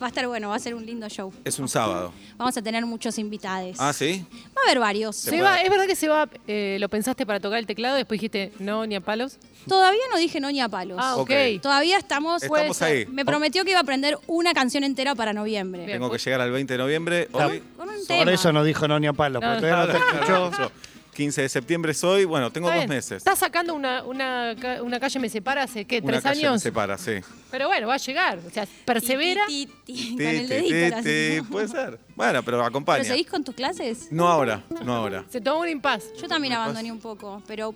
Speaker 3: va a estar bueno, va a ser un lindo show.
Speaker 2: Es un sábado.
Speaker 3: Vamos a tener muchos invitados.
Speaker 2: Ah, sí.
Speaker 3: Va a haber varios.
Speaker 5: Se va, es verdad que se va, eh, lo pensaste para tocar el teclado, después dijiste no, ni a palos.
Speaker 3: Todavía no dije no ni a palos.
Speaker 5: Ah, ok.
Speaker 2: Ok.
Speaker 3: Todavía estamos.
Speaker 2: Estamos ahí.
Speaker 3: Me prometió que iba a aprender una canción entera para noviembre.
Speaker 5: Bien.
Speaker 2: Tengo que llegar al 20 de noviembre.
Speaker 4: Claro.
Speaker 2: Hoy.
Speaker 3: Con un
Speaker 4: Por
Speaker 3: tema.
Speaker 4: eso no dijo no ni a palo, porque
Speaker 5: No,
Speaker 4: todavía no te *laughs* escuchó.
Speaker 2: 15 de septiembre es hoy. Bueno, tengo
Speaker 5: Está
Speaker 2: dos
Speaker 5: bien.
Speaker 2: meses.
Speaker 5: Estás sacando una, una, ca- una calle me separa hace, ¿qué?
Speaker 2: Una
Speaker 5: ¿Tres
Speaker 2: calle me
Speaker 5: años?
Speaker 2: separa, sí.
Speaker 5: Pero bueno, va a llegar. O sea,
Speaker 3: Ti,
Speaker 5: persevera.
Speaker 3: ti, ti, ti,
Speaker 2: Ti,
Speaker 3: Con el
Speaker 2: ti,
Speaker 3: dedito.
Speaker 2: ti,
Speaker 3: la
Speaker 5: *laughs*
Speaker 2: ti,
Speaker 3: hacemos.
Speaker 2: Puede ser. Bueno, pero
Speaker 3: ¿Pero
Speaker 2: acompaña.
Speaker 3: seguís con tus clases?
Speaker 2: No ahora, no
Speaker 5: *laughs*
Speaker 2: ahora.
Speaker 5: Se toma un impas.
Speaker 3: Yo también abandoné un poco, pero,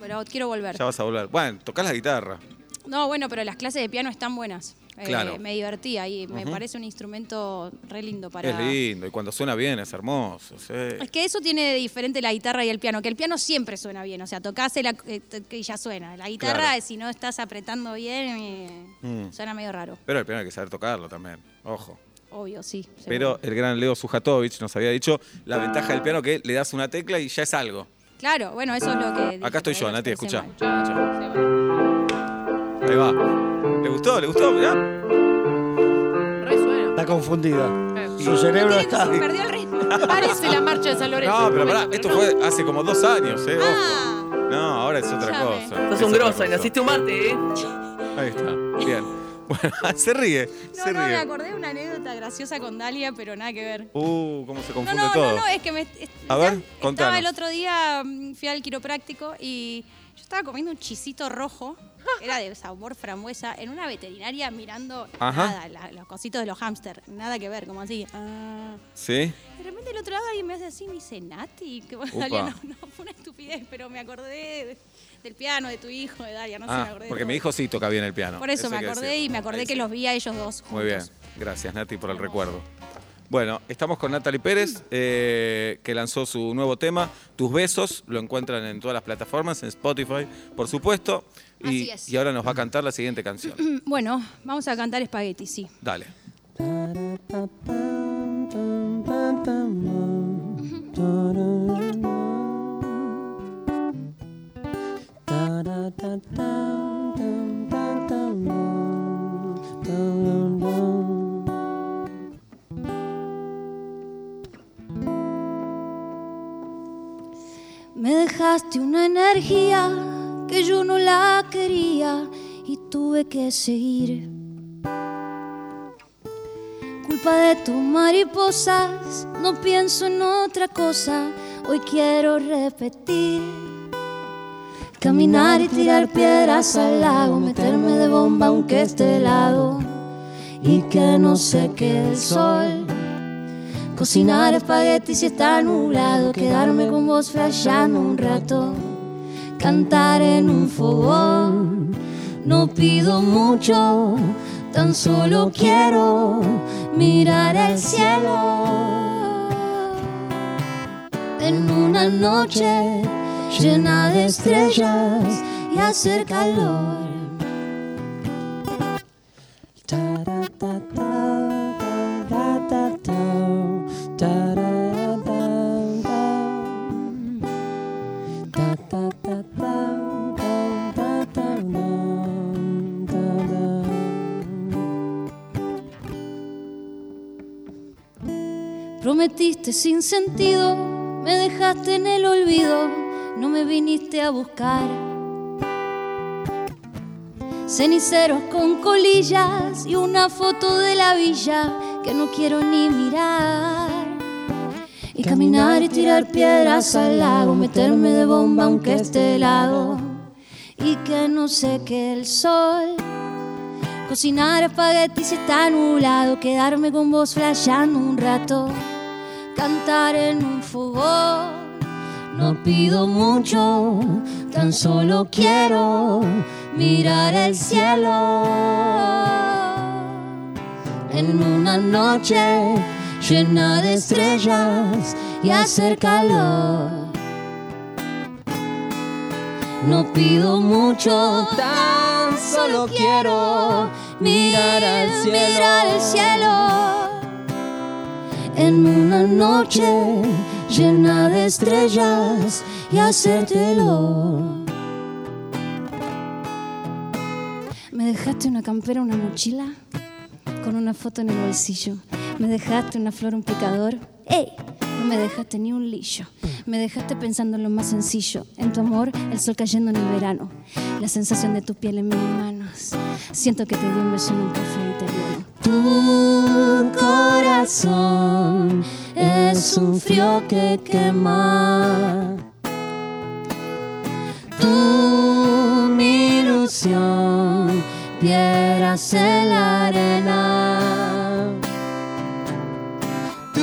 Speaker 3: pero quiero volver.
Speaker 2: Ya vas a volver. Bueno, tocas la guitarra.
Speaker 3: No, bueno, pero las clases de piano están buenas. Eh,
Speaker 2: Claro.
Speaker 3: me divertí ahí. Me parece un instrumento re lindo para.
Speaker 2: Es lindo. Y cuando suena bien es hermoso. sí.
Speaker 3: Es que eso tiene de diferente la guitarra y el piano, que el piano siempre suena bien, o sea, tocás el ac- eh, to- y ya suena. La guitarra,
Speaker 2: Claro.
Speaker 3: si no estás apretando bien, eh,
Speaker 2: Mm.
Speaker 3: suena medio raro.
Speaker 2: Pero el piano hay que saber tocarlo también. Ojo.
Speaker 3: Obvio, sí. seguro.
Speaker 2: Pero el gran Leo Sujatovic nos había dicho la ventaja del piano que le das una tecla y ya es algo.
Speaker 3: Claro, bueno, eso es lo que. dije,
Speaker 2: Acá estoy yo,
Speaker 3: todavía
Speaker 2: Nati,
Speaker 3: me parece
Speaker 2: escuchá.
Speaker 3: mal.
Speaker 2: Ahí va. ¿Le gustó? ¿Le gustó? Mirá.
Speaker 5: Resuena.
Speaker 4: Está confundida.
Speaker 5: Eh,
Speaker 4: Su cerebro
Speaker 3: Tiene-
Speaker 4: está.
Speaker 3: se perdió el
Speaker 2: *laughs*
Speaker 3: ritmo.
Speaker 5: Parece la marcha de San Lorenzo.
Speaker 2: No, pero pará, esto fue hace como dos años, ¿eh? Ojo.
Speaker 3: Ah,
Speaker 2: No, ahora es otra
Speaker 3: Escuchame.
Speaker 2: cosa.
Speaker 7: Sos
Speaker 2: Es
Speaker 7: un
Speaker 2: otra
Speaker 7: grosso
Speaker 2: cosa.
Speaker 7: y naciste un martes, ¿eh?
Speaker 2: *laughs* Ahí está, bien. *laughs* Bueno, se ríe,
Speaker 3: no,
Speaker 2: se
Speaker 3: no, me
Speaker 2: ríe.
Speaker 3: acordé de una anécdota graciosa con Dalia, pero nada que ver.
Speaker 2: Uh, cómo se
Speaker 3: No,
Speaker 2: confunde
Speaker 3: no,
Speaker 2: todo.
Speaker 3: no, no, es que me. es-
Speaker 2: A ver,
Speaker 3: estaba
Speaker 2: contanos.
Speaker 3: el otro día, mm, fui al quiropráctico y yo estaba comiendo un chisito rojo, que era de sabor frambuesa, en una veterinaria mirando
Speaker 2: Ajá.
Speaker 3: nada, la- los cositos de los hámster, nada que ver, como así. ah.
Speaker 2: ¿Sí?
Speaker 3: De repente el otro lado alguien me hace así, me dice Nati, *laughs* que bueno,
Speaker 2: Upa.
Speaker 3: Dalia, no, no, fue una estupidez, pero me acordé de- del piano, de tu hijo, de Dalia, no sé, me
Speaker 2: ah,
Speaker 3: acordé. de
Speaker 2: porque
Speaker 3: todo.
Speaker 2: mi hijo sí toca bien el piano.
Speaker 3: Por eso, me
Speaker 2: hay que
Speaker 3: acordé
Speaker 2: decirlo.
Speaker 3: y me acordé
Speaker 2: Ahí
Speaker 3: que
Speaker 2: sí.
Speaker 3: los vi a ellos dos juntos.
Speaker 2: Muy bien, gracias Nati por el recuerdo. Bueno, estamos con Natalie Pérez, eh, que lanzó su nuevo tema, Tus Besos, lo encuentran en todas las plataformas, en Spotify, por supuesto. Y,
Speaker 3: Así es.
Speaker 2: y ahora nos va a cantar la siguiente canción.
Speaker 3: *laughs* Mm, Bueno, vamos a cantar espagueti, sí.
Speaker 2: Dale.
Speaker 6: Me dejaste una energía que yo no la quería y tuve que seguir. Culpa de tus mariposas, no pienso en otra cosa, hoy quiero repetir. Caminar y tirar piedras al lago, meterme de bomba aunque esté helado y que no se quede el sol. Cocinar espaguetis si está nublado, quedarme con vos flasheando un rato, cantar en un fogón. No pido mucho, tan solo quiero mirar el cielo. En una noche llena de estrellas y hacer calor. Prometiste sin sentido, me dejaste en el olvido, no me viniste a buscar. Ceniceros con colillas y una foto de la villa que no quiero ni mirar. Y caminar y tirar piedras al lago, meterme de bomba aunque esté helado. Y que no seque el sol. Cocinar espaguetis si está nublado, quedarme con vos flasheando un rato. Cantar en un fogón. No pido mucho, tan solo quiero mirar el cielo. En una noche llena de estrellas y hacer calor. No pido mucho, tan solo quiero mirar al cielo. Mirar al cielo en una noche llena de estrellas y hacértelo. Me dejaste una campera, una mochila con una foto en el bolsillo. Me dejaste una flor, un picador. ¡Ey! No me dejaste ni un lillo. Me dejaste pensando en lo más sencillo. En tu amor, el sol cayendo en el verano. La sensación de tu piel en mis manos. Siento que te di un beso en un café italiano. Tu corazón es un frío que quema. Tu mi ilusión, piedras en la arena. Tu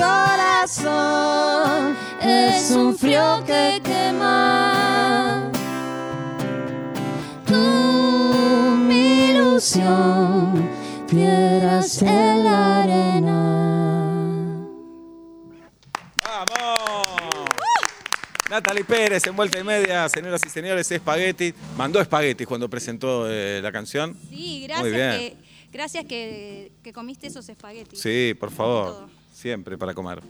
Speaker 6: corazón es un frío que quema. Tu mi ilusión, piedras en la arena.
Speaker 2: ¡Vamos! Natalie Pérez, en vuelta y media, señoras y señores, espagueti. Mandó espagueti cuando presentó eh, la canción.
Speaker 3: Sí, gracias,
Speaker 2: Muy bien.
Speaker 3: Que, gracias que, que comiste esos espaguetis.
Speaker 2: Sí, por favor.
Speaker 3: Todo.
Speaker 2: Siempre para comer.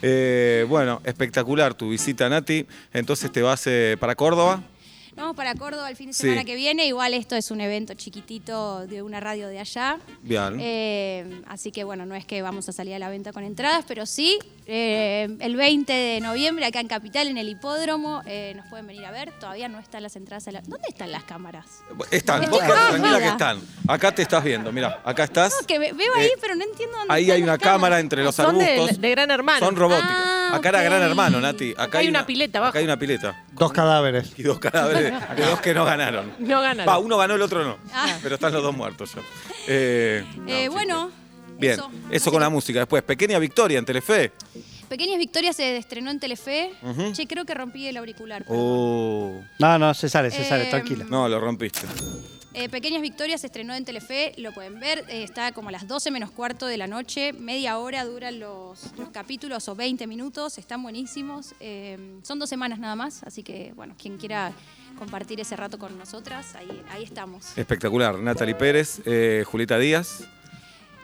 Speaker 2: Eh, bueno, espectacular tu visita, Nati. Entonces te vas eh, para Córdoba.
Speaker 3: Nos vamos para Córdoba el fin de
Speaker 2: Sí.
Speaker 3: semana que viene. Igual esto es un evento chiquitito de una radio de allá.
Speaker 2: Bien.
Speaker 3: Eh, así que bueno, no es que vamos a salir a la venta con entradas, pero sí, eh, el 20 de noviembre acá en Capital, en el hipódromo, eh, nos pueden venir a ver. Todavía no están las entradas. a la- ¿Dónde están las cámaras?
Speaker 2: Están,
Speaker 3: Estoy
Speaker 2: vos quedate tranquila
Speaker 3: cagada.
Speaker 2: que están. Acá te estás viendo, mira, acá estás.
Speaker 3: No, que ve- veo ahí,
Speaker 2: Eh,
Speaker 3: pero no entiendo dónde
Speaker 2: Ahí
Speaker 3: están
Speaker 2: hay
Speaker 3: las
Speaker 2: una cámara entre los
Speaker 5: Son de-
Speaker 2: arbustos.
Speaker 5: de Gran Hermano.
Speaker 2: Son robóticos.
Speaker 3: Ah,
Speaker 2: acá era
Speaker 3: ok.
Speaker 2: Gran Hermano, Nati. Acá,
Speaker 5: Acá hay una pileta abajo.
Speaker 2: Acá hay una pileta.
Speaker 4: Dos cadáveres.
Speaker 2: Y dos cadáveres de dos que no ganaron.
Speaker 5: No ganaron.
Speaker 2: Va, uno ganó, el otro no.
Speaker 3: Ah.
Speaker 2: Pero están los dos muertos ya. Eh, no,
Speaker 3: Eh,
Speaker 2: chiste.
Speaker 3: bueno,
Speaker 2: Bien, eso,
Speaker 3: eso.
Speaker 2: con la música. Después, pequeña victoria en Telefe.
Speaker 3: Pequeñas Victorias se estrenó en Telefe. Che, creo que rompí el auricular.
Speaker 2: Oh.
Speaker 4: No, no, se sale, se sale,
Speaker 3: Eh,
Speaker 4: tranquila.
Speaker 2: No, lo rompiste.
Speaker 3: Eh, Pequeñas Victorias se estrenó en Telefe, lo pueden ver, eh, está como a las 12 menos cuarto de la noche, media hora duran los, los capítulos o 20 minutos, están buenísimos, eh, son dos semanas nada más, así que bueno, quien quiera compartir ese rato con nosotras, ahí, ahí
Speaker 2: Eh,
Speaker 3: estamos.
Speaker 2: Espectacular. Natalie Pérez, eh, Julieta Díaz.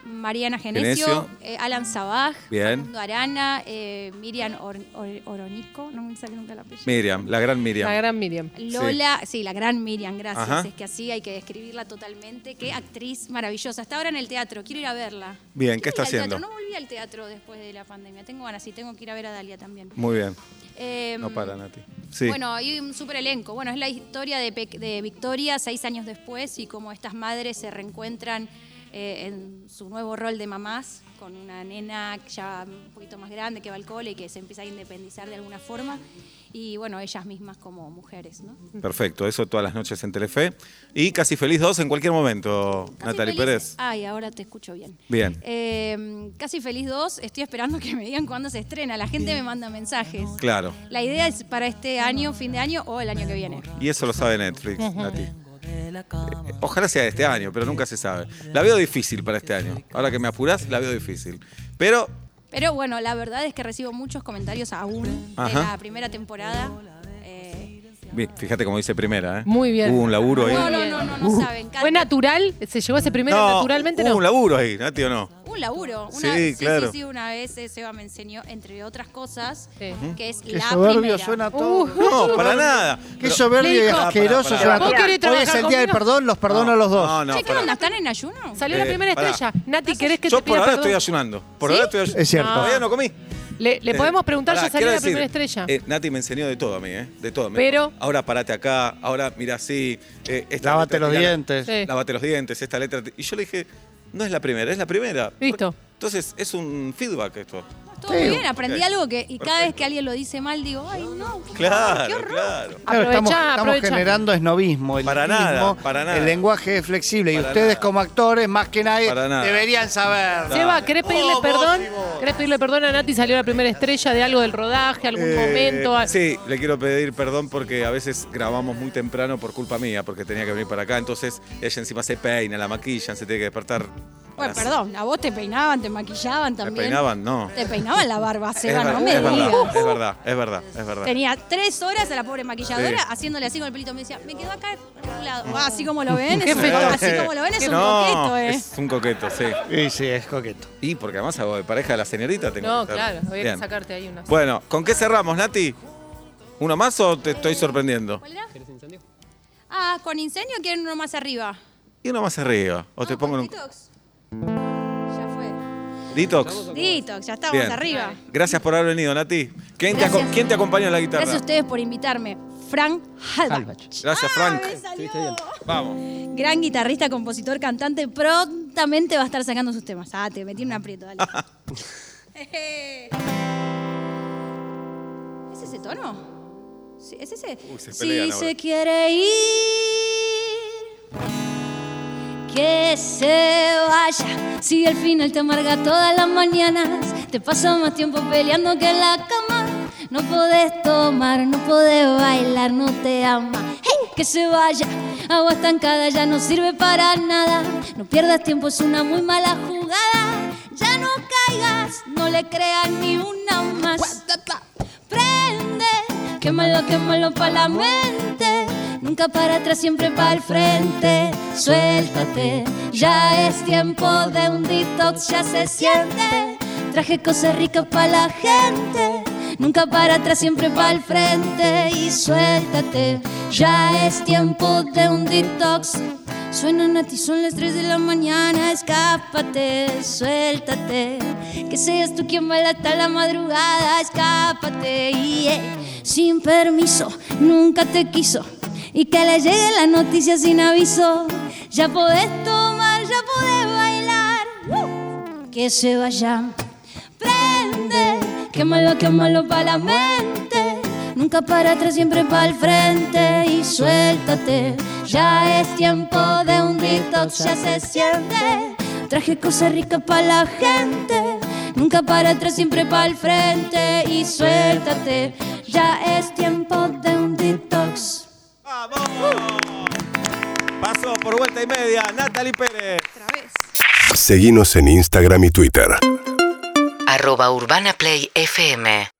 Speaker 3: Mariana Genesio,
Speaker 2: Genesio.
Speaker 3: eh, Alan Sabaj,
Speaker 2: Bien.
Speaker 3: Facundo Arana, eh, Miriam Or- Or- Oronico, no me sale nunca la apellido.
Speaker 2: Miriam, la gran Miriam.
Speaker 5: La gran Miriam.
Speaker 3: Lola, sí. la gran Miriam, gracias.
Speaker 2: Ajá.
Speaker 3: Es que así hay que describirla totalmente. Qué actriz maravillosa. Está ahora en el teatro, quiero ir a verla.
Speaker 2: Bien, ¿qué está
Speaker 3: Quiero ir al teatro.
Speaker 2: haciendo?
Speaker 3: No volví al teatro después de la pandemia. Tengo ganas y tengo que ir a ver a Dalia también.
Speaker 2: Muy bien.
Speaker 3: Eh,
Speaker 2: No para, Nati. Sí.
Speaker 3: Bueno, hay un super elenco. Bueno, es la historia de, Pe- de Victoria seis años después y cómo estas madres se reencuentran eh, en su nuevo rol de mamás con una nena ya un poquito más grande que va al cole y que se empieza a independizar de alguna forma. Y bueno, ellas mismas como mujeres, ¿no?
Speaker 2: Perfecto, eso todas las noches en Telefe. Y Casi Feliz 2 en cualquier momento,
Speaker 3: Casi
Speaker 2: Natalie
Speaker 3: Feliz-
Speaker 2: Pérez.
Speaker 3: Ay, ahora te escucho bien.
Speaker 2: Bien.
Speaker 3: Eh, Casi Feliz 2, estoy esperando que me digan cuándo se estrena. La gente me manda mensajes.
Speaker 2: Claro.
Speaker 3: La idea es para este año, fin de año o el año que viene.
Speaker 2: Y eso lo sabe Netflix, Nati. Eh, Ojalá sea de este año, pero nunca se sabe. La veo difícil para este año. Ahora que me apurás, la veo difícil. Pero
Speaker 3: Pero bueno, la verdad es que recibo muchos comentarios aún de
Speaker 2: Ajá.
Speaker 3: la primera temporada. Eh,
Speaker 2: vi- fíjate como dice primera, ¿eh?
Speaker 5: Muy bien.
Speaker 2: Hubo un laburo ahí.
Speaker 3: no, no, no, no, no
Speaker 4: Uh,
Speaker 3: saben. cada-
Speaker 5: ¿Fue natural? ¿Se llegó ese primero
Speaker 2: No, Uh,
Speaker 5: naturalmente?
Speaker 2: hubo
Speaker 5: No.
Speaker 2: un laburo ahí, Nati, ¿o no?
Speaker 3: Un laburo. Una,
Speaker 2: Sí, claro.
Speaker 3: Sí, sí, una vez eh, Seba me enseñó, entre otras cosas,
Speaker 5: Sí.
Speaker 3: que es
Speaker 4: Qué
Speaker 3: la
Speaker 4: soberbio
Speaker 3: primera.
Speaker 4: suena
Speaker 5: Uh.
Speaker 4: todo.
Speaker 2: No, para nada.
Speaker 4: Qué soberbio y
Speaker 5: Dijo-
Speaker 2: Pará,
Speaker 4: asqueroso
Speaker 2: pará,
Speaker 4: suena
Speaker 2: pará.
Speaker 4: todo.
Speaker 5: ¿Vos querés
Speaker 4: Hoy es
Speaker 5: trabajar
Speaker 4: el día del
Speaker 5: conmigo?
Speaker 4: perdón, los perdono a los dos.
Speaker 2: No, no,
Speaker 3: Che, ¿qué
Speaker 2: pará.
Speaker 3: onda? ¿Están en ayuno?
Speaker 5: Salió
Speaker 2: Eh,
Speaker 5: la primera
Speaker 2: pará.
Speaker 5: estrella. Nati, ¿querés que
Speaker 2: Yo
Speaker 5: te pida
Speaker 2: por ahora
Speaker 5: perdón?
Speaker 2: estoy ayunando. Por ahora estoy ayunando.
Speaker 4: Es cierto.
Speaker 5: No.
Speaker 2: Todavía no comí.
Speaker 5: Le, le
Speaker 2: Eh,
Speaker 5: podemos preguntar,
Speaker 2: pará,
Speaker 5: ya salió la
Speaker 2: quiero
Speaker 5: primera
Speaker 2: decir,
Speaker 5: estrella.
Speaker 2: eh, Nati me enseñó de todo a mí, ¿eh? De todo. Me
Speaker 5: Pero-
Speaker 2: dijo, Ahora parate acá, ahora mira así. eh, esta
Speaker 4: Lávate
Speaker 2: letra,
Speaker 4: los
Speaker 2: mirá,
Speaker 4: dientes.
Speaker 5: Sí.
Speaker 2: Lávate los dientes, esta letra. Y yo le dije, no es la primera, es la primera.
Speaker 5: Listo.
Speaker 2: Porque- Entonces, es un feedback esto.
Speaker 3: Todo muy bien, aprendí
Speaker 2: Ok.
Speaker 3: algo que y cada vez
Speaker 2: Perfecto.
Speaker 3: que alguien lo dice mal digo, ay no, por favor, qué
Speaker 2: Claro, claro.
Speaker 3: horror.
Speaker 4: Claro, estamos,
Speaker 5: Aprovechá,
Speaker 4: estamos
Speaker 5: aprovechá.
Speaker 4: generando esnovismo. El
Speaker 2: Para nada,
Speaker 4: elitismo,
Speaker 2: para nada.
Speaker 4: El lenguaje es flexible y
Speaker 2: Para
Speaker 4: ustedes
Speaker 2: nada.
Speaker 4: como actores, más que nadie,
Speaker 2: Para nada.
Speaker 4: deberían saberlo.
Speaker 5: Seba, ¿querés pedirle
Speaker 4: Oh, vos
Speaker 5: perdón?
Speaker 4: y vos.
Speaker 5: ¿Querés pedirle perdón a Nati? Salió la primera estrella de algo del rodaje, algún
Speaker 2: Eh,
Speaker 5: momento. a-
Speaker 2: Sí, le quiero pedir perdón porque a veces grabamos muy temprano por culpa mía, porque tenía que venir para acá. Entonces, ella encima se peina, la maquilla, se tiene que despertar
Speaker 3: Bueno, perdón, a vos te peinaban, te maquillaban
Speaker 2: ¿Me
Speaker 3: también.
Speaker 2: peinaban? No.
Speaker 3: Te peinaban la barba,
Speaker 2: es,
Speaker 3: Seba,
Speaker 2: verdad,
Speaker 3: no me
Speaker 2: es, verdad,
Speaker 3: digas.
Speaker 2: es verdad, es verdad, es verdad.
Speaker 3: Tenía tres horas a la pobre maquilladora
Speaker 2: Sí.
Speaker 3: haciéndole así con el pelito. Me decía, me quedo acá arreglado. Ah, así como lo ven, es
Speaker 5: Qué
Speaker 3: un-
Speaker 5: feo.
Speaker 3: así como lo ven, es un
Speaker 2: No,
Speaker 3: coqueto, ¿eh?
Speaker 2: Es un coqueto, sí.
Speaker 4: Y sí, es coqueto.
Speaker 2: Y porque además hago de pareja de la señorita tengo
Speaker 5: No,
Speaker 2: que estar-
Speaker 5: claro, había
Speaker 2: Bien.
Speaker 5: que sacarte ahí una.
Speaker 2: Bueno, ¿con qué cerramos, Nati? ¿Uno más o te estoy sorprendiendo?
Speaker 3: ¿Cuál era? Ah, ¿con incendio o quieren uno más arriba?
Speaker 2: Y uno más arriba. O te
Speaker 3: No,
Speaker 2: pongo
Speaker 3: con
Speaker 2: en un.
Speaker 3: Detox. Ya fue.
Speaker 2: Detox.
Speaker 3: Detox, ya estamos
Speaker 2: Bien.
Speaker 3: arriba.
Speaker 2: Gracias por haber venido, Nati. ¿Quién te, aco-
Speaker 3: Gracias.
Speaker 2: ¿quién te acompaña en la guitarra?
Speaker 3: Gracias a ustedes por invitarme. Frank Halbach.
Speaker 2: Gracias, Frank.
Speaker 3: Me salió.
Speaker 2: Vamos.
Speaker 3: Gran guitarrista, compositor, cantante. Prontamente va a estar sacando sus temas. Ah, te metí en un
Speaker 2: *laughs*
Speaker 3: aprieto, dale. Eh, ¿Es ese tono? Sí, ¿Es ese?
Speaker 2: Uy, se pelean
Speaker 3: si
Speaker 2: ahora.
Speaker 3: se quiere ir, que se vaya. Si al final te amarga todas las mañanas, te pasa más tiempo peleando que en la cama. No podés tomar, no podés bailar, no te ama. ¡Hey! Que se vaya. Agua estancada ya no sirve para nada. No pierdas tiempo, es una muy mala jugada. Ya no caigas, no le creas ni una más. Prende, quémalo, quémalo para la mente. Nunca para atrás, siempre para el frente. Suéltate, ya es tiempo de un detox, ya se siente. Traje cosas ricas para la gente. Nunca para atrás, siempre para el frente. Y suéltate, ya es tiempo de un detox. Suenan a ti, son las 3 de la mañana, escápate, suéltate. Que seas tú quien baila hasta la madrugada, escápate. Y eh, sin permiso, nunca te quiso. Y que le llegue la noticia sin aviso. Ya podés tomar, ya podés bailar. ¡Uh! Que se vayan prende. Quémalo, quémalo para la mente. Nunca para atrás, siempre para el frente. Y suéltate. Ya es tiempo de un detox, ya se siente. Traje cosas ricas para la gente. Nunca para atrás, siempre para el frente. Y suéltate. Ya es tiempo de un detox.
Speaker 2: ¡Vamos! Pasó por vuelta y media, Natalie Pérez.
Speaker 7: Seguinos en Instagram y Twitter.
Speaker 1: Arroba Urbana Play FM